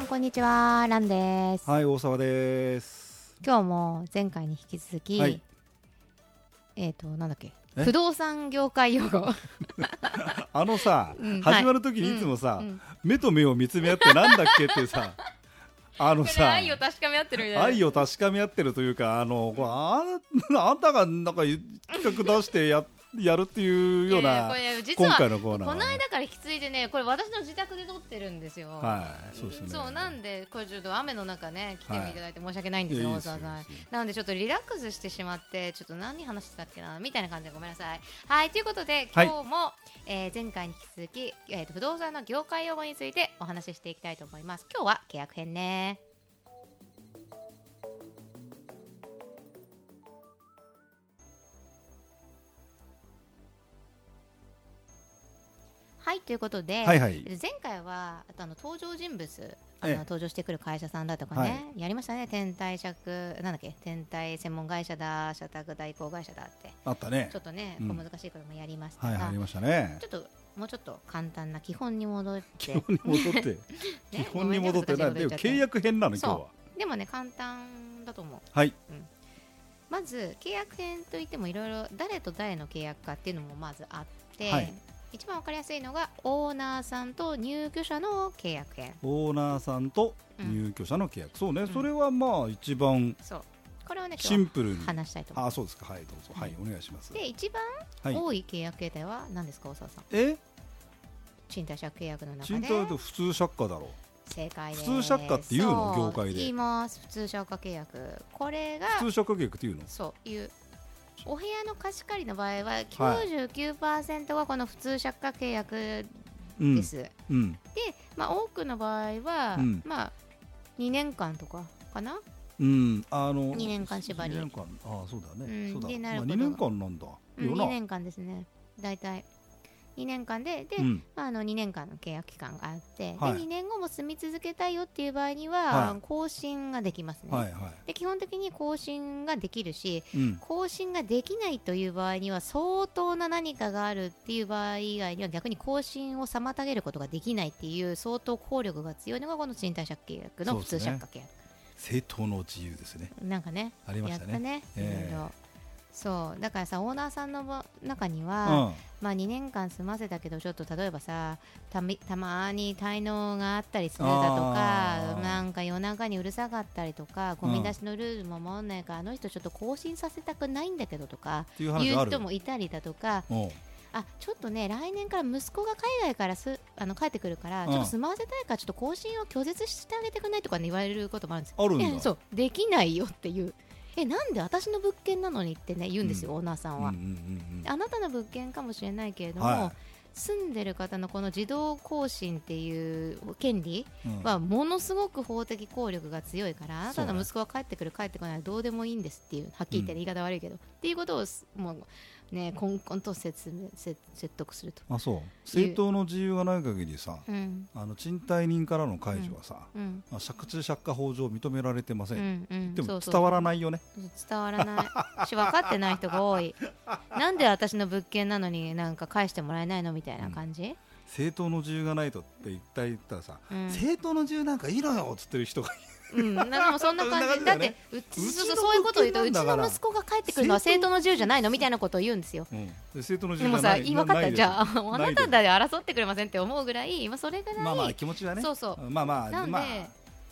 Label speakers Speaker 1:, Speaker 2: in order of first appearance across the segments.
Speaker 1: んこんにちはランです、
Speaker 2: はい、大沢です。
Speaker 1: 今日も前回に引き続き、
Speaker 2: はい
Speaker 1: えっ、となんだっけ
Speaker 2: え
Speaker 1: 不動産業界 用語
Speaker 2: あのさ、
Speaker 1: うん
Speaker 2: 始まる時にいつもさ、
Speaker 1: うん
Speaker 2: 目と目を見つめ合ってなんだっけっ てさ、あの
Speaker 1: これ
Speaker 2: さ、
Speaker 1: 愛を確かめ合ってるみたいな
Speaker 2: 愛を確かめ合ってるというか、あの、こうああん たがなんか企画出してややるっていうよう
Speaker 1: いやいや
Speaker 2: な
Speaker 1: こ、れ実
Speaker 2: 今
Speaker 1: は
Speaker 2: 回のコーナー
Speaker 1: こ
Speaker 2: は
Speaker 1: の間から引き継いでねこれ私の自宅で撮ってるんですよ
Speaker 2: はい、そうですね。
Speaker 1: そうなんでこれちょっと雨の中ね来ていただいて申し訳ないんです
Speaker 2: い
Speaker 1: よ、
Speaker 2: や
Speaker 1: 大
Speaker 2: いいですよ
Speaker 1: 沢さん
Speaker 2: いいですよ
Speaker 1: なのでちょっとリラックスしてしまってちょっと何話してたっけなみたいな感じでごめんなさいはいということで今
Speaker 2: はい
Speaker 1: 日も、えー前回に引き続き、えー、と不動産の業界用語についてお話ししていきたいと思います今日は契約編ねはいということで、
Speaker 2: はいはい
Speaker 1: 前回はあとあの登場人物あの
Speaker 2: ええ
Speaker 1: 登場してくる会社さんだとかね、やりましたね天体借なんだっけ天体専門会社だ社宅代行会社だって
Speaker 2: あったね
Speaker 1: ちょ。っとね、
Speaker 2: うん
Speaker 1: 小難しいこともやりました
Speaker 2: はい、
Speaker 1: が、
Speaker 2: ありましたね
Speaker 1: ち。ょっともうちょっと簡単な基本に戻って
Speaker 2: 基本に 戻って、基本に戻って、
Speaker 1: ごめ
Speaker 2: なん
Speaker 1: んね
Speaker 2: で契約編なの今日は
Speaker 1: そ。でもね簡単だと思う
Speaker 2: はい、
Speaker 1: まず契約編といってもいろいろ誰と誰の契約かっていうのもまずあって、
Speaker 2: はい
Speaker 1: 一番わかりやすいのがオーナーさんと入居者の契約編
Speaker 2: オーナーさんと入居者の契約。そうね、
Speaker 1: ん
Speaker 2: それはまあ一番
Speaker 1: そうこれをね
Speaker 2: シ
Speaker 1: 今
Speaker 2: ンプルに
Speaker 1: 日。話したいと思う
Speaker 2: あ、そうですか。はい、どうぞ。はい、お願いします。
Speaker 1: で一番
Speaker 2: はい。
Speaker 1: 多い契約形態は何ですか大沢さん
Speaker 2: え
Speaker 1: 賃貸借契約の中
Speaker 2: 賃
Speaker 1: で
Speaker 2: 貸だと普通借家だろ
Speaker 1: 正解です
Speaker 2: 普通借家って言うの
Speaker 1: そ
Speaker 2: 業界で
Speaker 1: 言います普通借家契約これが
Speaker 2: 普通借家契約っていうの
Speaker 1: そういうお部屋の貸し借りの場合は99%がこの普通借家契約
Speaker 2: うん
Speaker 1: です、で、
Speaker 2: うん
Speaker 1: まあ、多くの場合は、
Speaker 2: うん
Speaker 1: まあ2年間とかかな
Speaker 2: うんあの
Speaker 1: 二年間縛り
Speaker 2: 2年間ああそうだ
Speaker 1: う
Speaker 2: ね、
Speaker 1: ん
Speaker 2: そうだ、
Speaker 1: でな
Speaker 2: ま
Speaker 1: る
Speaker 2: あ、
Speaker 1: ほど
Speaker 2: 2年間なんだよ
Speaker 1: うん
Speaker 2: な
Speaker 1: 2年間ですね大体2年間でで、
Speaker 2: うん
Speaker 1: まあ、あの2年間の契約期間があって、
Speaker 2: はい
Speaker 1: で2年後も住み続けたいよっていう場合には、
Speaker 2: はい
Speaker 1: 更新ができますね、
Speaker 2: はいは
Speaker 1: で基本的に更新ができるし
Speaker 2: いうん
Speaker 1: 更新ができないという場合には相当な何かがあるっていう場合以外には逆に更新を妨げることができないっていう相当効力が強いのがこの賃貸借契約の普通借家契約、
Speaker 2: 正当の自由ですね
Speaker 1: なんかね
Speaker 2: ありま
Speaker 1: や
Speaker 2: し
Speaker 1: ったた
Speaker 2: ね
Speaker 1: ね、
Speaker 2: ええ
Speaker 1: いろいろそうだからさオーナーさんのも中には、
Speaker 2: うん
Speaker 1: まあ、2年間住ませたけどちょっと例えばさたみたまに滞納があったりするだとか
Speaker 2: あー
Speaker 1: なんか夜中にうるさかったりとかゴミ出しのルールも守んないから、あの人ちょっと更新させたくないんだけどとか
Speaker 2: っていう話
Speaker 1: い
Speaker 2: があ
Speaker 1: う
Speaker 2: る
Speaker 1: 人もいたりだとか
Speaker 2: うん
Speaker 1: あちょっとね来年から息子が海外からすあの帰ってくるから、
Speaker 2: うん
Speaker 1: ちょっと住まわせたいからちょっと更新を拒絶してあげてくれないとか、ね、言われることもあるんですよ
Speaker 2: あるんだ
Speaker 1: えそうできないよっていうえなんで私の物件なのにってね言うんですよ、
Speaker 2: うん
Speaker 1: オーナーさん
Speaker 2: うんう
Speaker 1: は。
Speaker 2: んうん
Speaker 1: あなたの物件かもしれないけれ
Speaker 2: う
Speaker 1: ど
Speaker 2: ん
Speaker 1: も、
Speaker 2: は
Speaker 1: 住んでる方のこの自動更新っていう権利
Speaker 2: いうん
Speaker 1: はものすごく法的効力が強いからあなたの息子が帰ってくる帰ってこないはどうでもいいんですっていうはっきり言って言い方悪いけど、っていうことをすもうねこんこんと説明説説得すると。
Speaker 2: あそう正当の自由がない限りさ
Speaker 1: うん
Speaker 2: あの賃貸人からの解除はさ、
Speaker 1: うん
Speaker 2: まあ、借地借家法上認められてませ、
Speaker 1: うんん
Speaker 2: で
Speaker 1: そ
Speaker 2: も
Speaker 1: うそう
Speaker 2: 伝わらないよね
Speaker 1: 伝わらないし分かってない人が多 いなんで私の物件なのになんか返してもらえないのみたいな感じ、
Speaker 2: 正当の自由がないとって一体言ったらさ、
Speaker 1: うん
Speaker 2: 正当の自由なんかいいのよっつってる人が
Speaker 1: うん、なん かもうそんな感
Speaker 2: そ
Speaker 1: じ
Speaker 2: んな感じ
Speaker 1: だって
Speaker 2: だね
Speaker 1: うち
Speaker 2: うち
Speaker 1: そうそ
Speaker 2: の
Speaker 1: うそういうことを言うとう
Speaker 2: 物件
Speaker 1: ち
Speaker 2: なんだから
Speaker 1: の息子が帰ってくるのは正当の自由じゃないのみたいなことを言うんですよ
Speaker 2: で正当の自
Speaker 1: で
Speaker 2: 由
Speaker 1: も
Speaker 2: が
Speaker 1: さ
Speaker 2: ない
Speaker 1: 今かっ
Speaker 2: な
Speaker 1: たら
Speaker 2: いです
Speaker 1: じゃああ
Speaker 2: な
Speaker 1: ない
Speaker 2: で
Speaker 1: た
Speaker 2: す
Speaker 1: だで争ってくれませんって思うぐらい今それぐらい、
Speaker 2: まあまあ気持ちはね
Speaker 1: そうそう
Speaker 2: まあまあ
Speaker 1: なんで
Speaker 2: まあ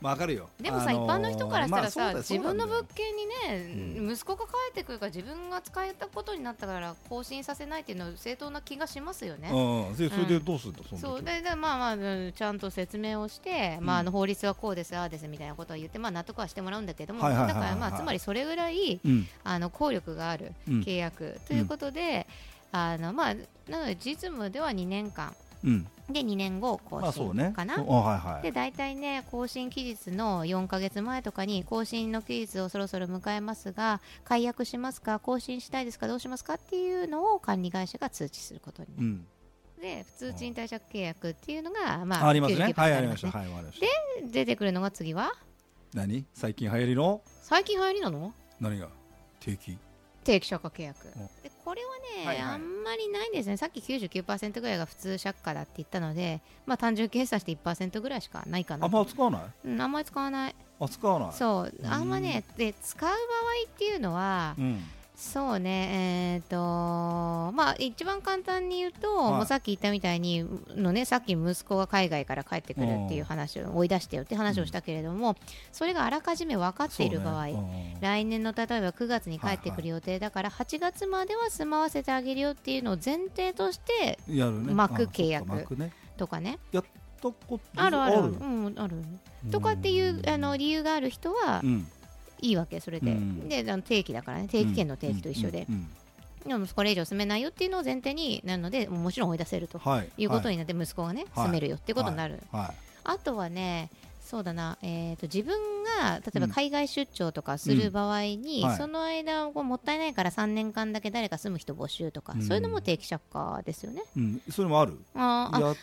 Speaker 2: まあわかるよ
Speaker 1: でもさ、
Speaker 2: あのー
Speaker 1: 一般の人からしたらさ、
Speaker 2: まあそ
Speaker 1: 自
Speaker 2: うだよ
Speaker 1: 分の
Speaker 2: そうなんだよ
Speaker 1: 物件にね、
Speaker 2: う
Speaker 1: 息子が帰ってくるから自分が使えたことになったから更新させないっていうのは正当な気がしますよね。
Speaker 2: うんでそれでどうするんだその時
Speaker 1: そうででまあまあうんちゃんと説明をして、まあ、あの法律はこうですああですみたいなことを言って、まあ、納得はしてもらうんだけども、
Speaker 2: はいはいはいはい
Speaker 1: だからまあつまりそれぐらい
Speaker 2: うん
Speaker 1: あの効力がある
Speaker 2: うん
Speaker 1: 契約ということで、あのまあなので実務では2年間
Speaker 2: うん
Speaker 1: で2年後更
Speaker 2: まあそうね
Speaker 1: 新かな、
Speaker 2: そうあはいはい
Speaker 1: で大体ね更新期日の4か月前とかに更新の期日をそろそろ迎えますが解約しますか更新したいですかどうしますかっていうのを管理会社が通知することにな
Speaker 2: う
Speaker 1: る、
Speaker 2: ん
Speaker 1: で普通賃貸借契約っていうのが、まあ、
Speaker 2: ありますね
Speaker 1: 99%
Speaker 2: はいありました
Speaker 1: ね
Speaker 2: はいわかりました
Speaker 1: 出てくるのが次は
Speaker 2: 何最近流行りの
Speaker 1: 最近流行りなの
Speaker 2: 何が定期
Speaker 1: 定期借家契約
Speaker 2: うん
Speaker 1: でこれはね、
Speaker 2: はいはい
Speaker 1: あんまりないんですねさっき99%ぐらいが普通借家だって言ったので、まあ、単純計算して1%ぐらいしかないかな
Speaker 2: あんま使わない
Speaker 1: うん、あんまり使わない
Speaker 2: あ使わない
Speaker 1: そう
Speaker 2: うん
Speaker 1: あんまねで使う場合っていうのは、
Speaker 2: うん
Speaker 1: そうねえっ、とまあ一番簡単に言うと、
Speaker 2: はい
Speaker 1: もうさっき言ったみたいにのねさっき息子が海外から帰ってくるっていう話を追い出してよって話をしたけれども、それがあらかじめ分かっている場合、
Speaker 2: そうね
Speaker 1: 来年の例えば9月に帰ってくる予定だから8月までは住まわせてあげるよっていうのを前提として
Speaker 2: うんやるね
Speaker 1: 巻く
Speaker 2: あ
Speaker 1: 契約
Speaker 2: そうか巻くね
Speaker 1: とかね
Speaker 2: とこ
Speaker 1: あるある
Speaker 2: あ
Speaker 1: うん、あるとかっていうあの理由がある人は
Speaker 2: うん
Speaker 1: いいわけそれで、
Speaker 2: うん
Speaker 1: であの定期だからね定期券の定期と一緒で、
Speaker 2: うんうん
Speaker 1: でもこれ以上住めないよっていうのを前提になるのでもうもちろん追い出せると
Speaker 2: うんはい
Speaker 1: いうこと
Speaker 2: に
Speaker 1: になって息子がね、
Speaker 2: はい
Speaker 1: 住めるよってことになる、
Speaker 2: は
Speaker 1: あとはねそうだな、えー、と自分が例えば海外出張とかする場合に、
Speaker 2: うんはい
Speaker 1: その間こうもったいないから3年間だけ誰か住む人募集とか、
Speaker 2: うん
Speaker 1: そういうのも定期借家ですよね。
Speaker 2: いうんそれもある
Speaker 1: あー
Speaker 2: や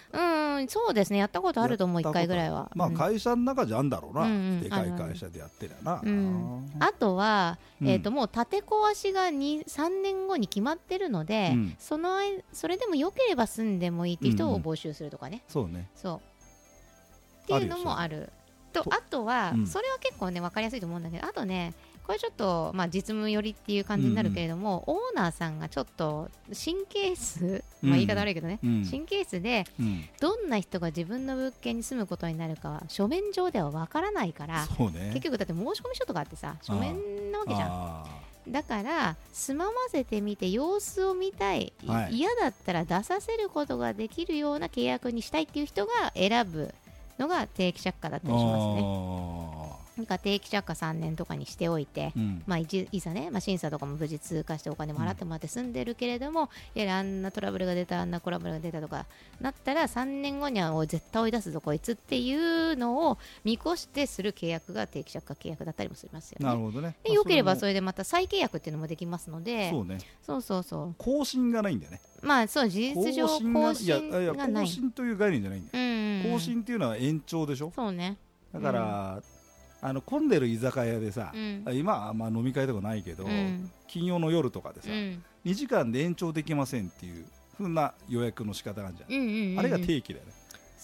Speaker 1: あうんそうですねやったことあると思う
Speaker 2: や
Speaker 1: 1
Speaker 2: ったこと
Speaker 1: 回ぐらいは。
Speaker 2: まあ
Speaker 1: うん
Speaker 2: 会社の中じゃあんだろうな
Speaker 1: うんうん
Speaker 2: でかい
Speaker 1: あるある
Speaker 2: 会社でやってりゃな
Speaker 1: うんあとは、えー、と
Speaker 2: うん
Speaker 1: もう立て壊しがに3年後に決まってるので、
Speaker 2: うん
Speaker 1: その間それでもよければ住んでもいいっていう人
Speaker 2: うんう
Speaker 1: を
Speaker 2: ん
Speaker 1: 募集するとかね、
Speaker 2: そうね
Speaker 1: そうっていうのもあ
Speaker 2: あ
Speaker 1: るとあとは、
Speaker 2: うん
Speaker 1: それは結構ね分かりやすいと思うんだけどあとねこれちょっと、まあ、実務寄りっていう感じになるけれども、オーナーさんがちょっと神経質、まあ、言い方悪いけどね、
Speaker 2: うん
Speaker 1: 神経質で
Speaker 2: うん
Speaker 1: どんな人が自分の物件に住むことになるかは書面上では分からないから
Speaker 2: そうね
Speaker 1: 結局だって申し込み書とかあってさ書面なわけじゃん
Speaker 2: あ
Speaker 1: だから住まわせてみて様子を見たい、い
Speaker 2: はい
Speaker 1: 嫌だったら出させることができるような契約にしたいっていう人が選ぶのが定期借家だった
Speaker 2: ー
Speaker 1: りしますね。
Speaker 2: あ
Speaker 1: なんか定期借家3年とかにしておいて、
Speaker 2: ーうん
Speaker 1: まあ、いじいざね、まあ、審査とかも無事通過してお金も払ってもらって住んでるけれども、いやあんなトラブルが出たあんなトラブルが出たとかなったら3年後にはおい絶対追い出すぞこいつっていうのを見越してする契約が定期借家契約だったりもしますよね。
Speaker 2: なるほどね
Speaker 1: でよければそ
Speaker 2: れ
Speaker 1: れでまた再契約っていうのもできますので
Speaker 2: もそうね
Speaker 1: そうそうそ
Speaker 2: 更新がないんだよね
Speaker 1: うまあそう事実上更
Speaker 2: いやい
Speaker 1: 新
Speaker 2: や
Speaker 1: がな
Speaker 2: 更
Speaker 1: い
Speaker 2: 新という概念じゃないんだよ
Speaker 1: うんうんうん
Speaker 2: 更新っていうのは延長でしょ
Speaker 1: そうね
Speaker 2: だからあの混んでる居酒屋でさ
Speaker 1: うん
Speaker 2: 今はまあ飲み会とかないけど
Speaker 1: うん
Speaker 2: 金曜の夜とかでさ
Speaker 1: うんうん
Speaker 2: 2時間で延長できませんっていうふうな予約の仕方があるじゃん
Speaker 1: うんうんうん
Speaker 2: あれが定期だよね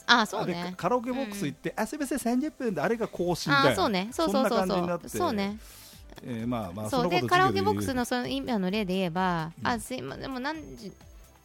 Speaker 1: あそう
Speaker 2: あれ
Speaker 1: ね
Speaker 2: カラオケボックス行ってあすいません30分であれが更新だ
Speaker 1: あ
Speaker 2: よ
Speaker 1: そうねそうそうそ
Speaker 2: そんな感じになっ
Speaker 1: う
Speaker 2: て
Speaker 1: そうね
Speaker 2: えーまあまあ
Speaker 1: そう
Speaker 2: のこ
Speaker 1: で
Speaker 2: と
Speaker 1: カラオケボッ
Speaker 2: 授
Speaker 1: ク
Speaker 2: 業で
Speaker 1: ス
Speaker 2: 言う
Speaker 1: のその今の例で言えば
Speaker 2: うん
Speaker 1: あすいませんでも何時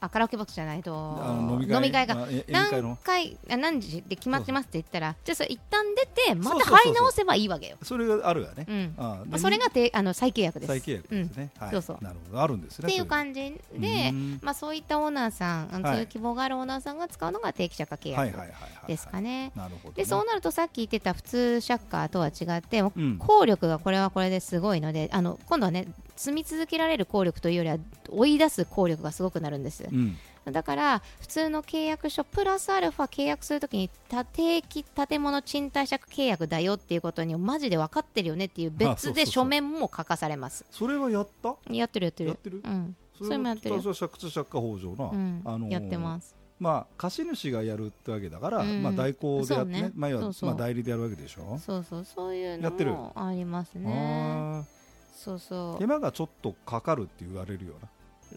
Speaker 1: あカラオケボックスじゃないと
Speaker 2: あの飲み会
Speaker 1: 飲み会が
Speaker 2: あえ宴会
Speaker 1: 何
Speaker 2: の
Speaker 1: 回あ何時で決まってますって言ったらじゃあそれ一旦出てま
Speaker 2: そう
Speaker 1: た
Speaker 2: そうそうそう
Speaker 1: 入り直せばいいわけよ
Speaker 2: それがあるよね
Speaker 1: うん
Speaker 2: あ
Speaker 1: まあそれがてあの再契約です
Speaker 2: 再契約ですね、はい、
Speaker 1: そうそう
Speaker 2: なるほどあるんです
Speaker 1: うん
Speaker 2: ね
Speaker 1: っていう感じ
Speaker 2: そういう
Speaker 1: で
Speaker 2: うーん
Speaker 1: まあ、そういったオーナーさん、あの
Speaker 2: はい
Speaker 1: そういう希望があるオーナーさんが使うのが定期借家契
Speaker 2: はいはいはい
Speaker 1: 約
Speaker 2: はいはい
Speaker 1: ですかね。
Speaker 2: なるほど、ね、
Speaker 1: でそうなるとさっき言ってた普通借家とは違ってもう
Speaker 2: うん
Speaker 1: 効力がこれはこれですごいのであの今度はね住み続けられる効力というよりは追い出す効力がすごくなるんです
Speaker 2: うん
Speaker 1: だから普通の契約書プラスアルファ契約するときにた定期建物賃貸借契約だよっていうことにマジで分かってるよねっていう
Speaker 2: あそ
Speaker 1: 別
Speaker 2: うそうそう
Speaker 1: で書面も書かされます
Speaker 2: それはやった
Speaker 1: やってるやってる
Speaker 2: やってる
Speaker 1: うんそれもやってるよ
Speaker 2: それは借地借家法上な、
Speaker 1: うんやって
Speaker 2: す
Speaker 1: ます
Speaker 2: まあ貸主がやるってわけだから、
Speaker 1: うん
Speaker 2: まあ代行でや
Speaker 1: そう
Speaker 2: って、ね
Speaker 1: ね
Speaker 2: まあ要は
Speaker 1: そうそう
Speaker 2: まあ代理でやるわけでしょ
Speaker 1: そうそうそういう
Speaker 2: や
Speaker 1: の
Speaker 2: ってる
Speaker 1: もありますね
Speaker 2: あ
Speaker 1: そう
Speaker 2: ー
Speaker 1: そ
Speaker 2: 手間がちょっとかかるって言われるような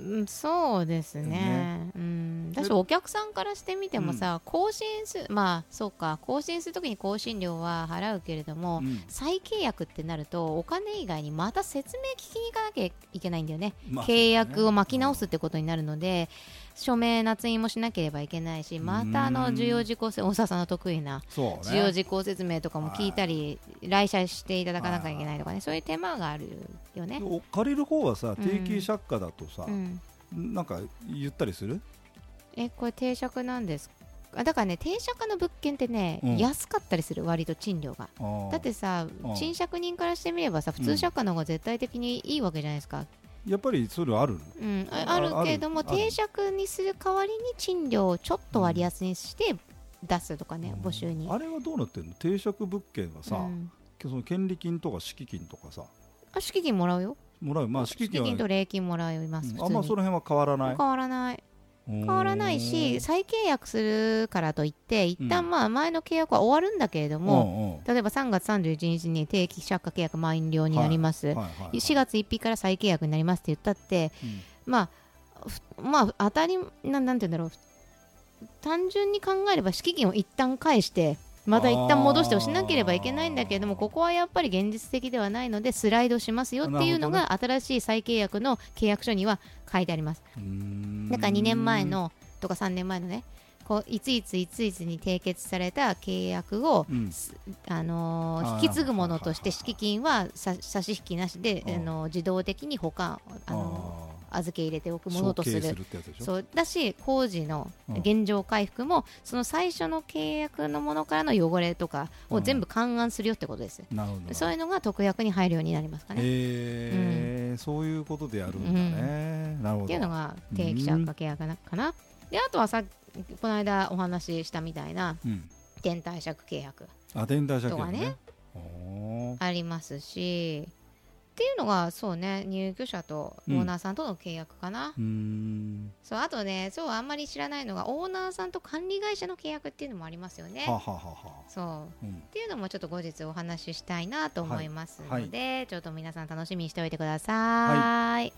Speaker 1: う、うん、そうですね
Speaker 2: ね
Speaker 1: うん
Speaker 2: で
Speaker 1: だしお客さんからしてみてもさ、更新すまあそうか更新するときに更新料は払うけれども、
Speaker 2: うん
Speaker 1: 再契約ってなるとお金以外にまた説明聞きに行かなきゃいけないんだよね
Speaker 2: まあ
Speaker 1: 契約を巻き直す
Speaker 2: そ
Speaker 1: ってことになるので、署名捺印もしなければいけないしまたあ
Speaker 2: う
Speaker 1: の
Speaker 2: ん
Speaker 1: 重要事項説大沢さんの得意な
Speaker 2: うねそう
Speaker 1: 需要
Speaker 2: ね
Speaker 1: 事項説明とかも聞いたり、来社していただかなきゃいけないとかね、そういう手間があるよね。
Speaker 2: お借りる方はさ
Speaker 1: うん
Speaker 2: 定期借家だとさ、
Speaker 1: うん、
Speaker 2: なんか言ったりする
Speaker 1: え、これ定借なんですあだからね、定借の物件ってね、
Speaker 2: うん
Speaker 1: 安かったりする、割と賃料が。
Speaker 2: あー
Speaker 1: だってさ
Speaker 2: うん、
Speaker 1: 賃借人からしてみればさ、普通借家の方が絶対的にいいわけじゃないですか。
Speaker 2: やっぱりそれある
Speaker 1: うん、あ
Speaker 2: あ
Speaker 1: あるけれど
Speaker 2: あ
Speaker 1: も、
Speaker 2: るある
Speaker 1: 定借にする代わりに賃料をちょっと割安にして出すとかね、
Speaker 2: うん
Speaker 1: 募集に。
Speaker 2: あれはどうなってんの定職物件はさ、
Speaker 1: うん
Speaker 2: その権利金とか敷金とかさ
Speaker 1: あ、敷金もらうよ。
Speaker 2: もらうまあ敷
Speaker 1: 敷
Speaker 2: 金は
Speaker 1: 金と礼金もらいます。
Speaker 2: うん
Speaker 1: 普
Speaker 2: あ
Speaker 1: 通
Speaker 2: んま
Speaker 1: に
Speaker 2: その辺は変わらない
Speaker 1: 変わらない
Speaker 2: 変
Speaker 1: 変わらないし再契約するからといって一
Speaker 2: うん
Speaker 1: 旦まあ前の契約は終わるんだけれども、
Speaker 2: も
Speaker 1: 例えば3月31日に定期借家契約満了になります、
Speaker 2: うんはいはいはい
Speaker 1: 4月1日から再契約になりますって言ったってまあふまあ当たりななんて言うんだろう単純に考えれば資金を一旦返してまた一旦戻してをしなければいけないんだけれども
Speaker 2: あー
Speaker 1: ここはやっぱり現実的ではないのでスライドしますよっていうのが新しい再契約の契約書には書いてあります。
Speaker 2: うん
Speaker 1: だから2年前のとか3年前のねこういついついついつに締結された契約を、
Speaker 2: うん
Speaker 1: すあのー
Speaker 2: あー
Speaker 1: 引き継ぐものとして敷金はさ差し引きなしで、
Speaker 2: うん
Speaker 1: あのー自動的に保管、あの
Speaker 2: あ
Speaker 1: ー預け入れておく
Speaker 2: ー
Speaker 1: ものとす
Speaker 2: 承
Speaker 1: る
Speaker 2: 継するってやつでしょ
Speaker 1: そうだし工事の
Speaker 2: うん
Speaker 1: 現状回復も、その最初の契約のものからの汚れとかを全部勘案するよってことです、
Speaker 2: なるほど
Speaker 1: そういうのが特約に入るようになりますかね、
Speaker 2: えーそういうことでやるんだね、なるほど
Speaker 1: っていうのが定期借家契約かなかなであとはさっきこの間お話ししたみたいな
Speaker 2: うん、
Speaker 1: 天体借契約
Speaker 2: アテンダー借
Speaker 1: と
Speaker 2: 金
Speaker 1: かね
Speaker 2: おー
Speaker 1: ありますしっていうのがそうね入居者とオーナーさんとの契約かな、
Speaker 2: うーん
Speaker 1: そうあとねそうあんまり知らないのがオーナーさんと管理会社の契約っていうのもありますよね
Speaker 2: はははは、
Speaker 1: そう
Speaker 2: うん、
Speaker 1: っていうのもちょっと後日お話ししたいなと思いますので、ちょっと皆さん楽しみにしておいてください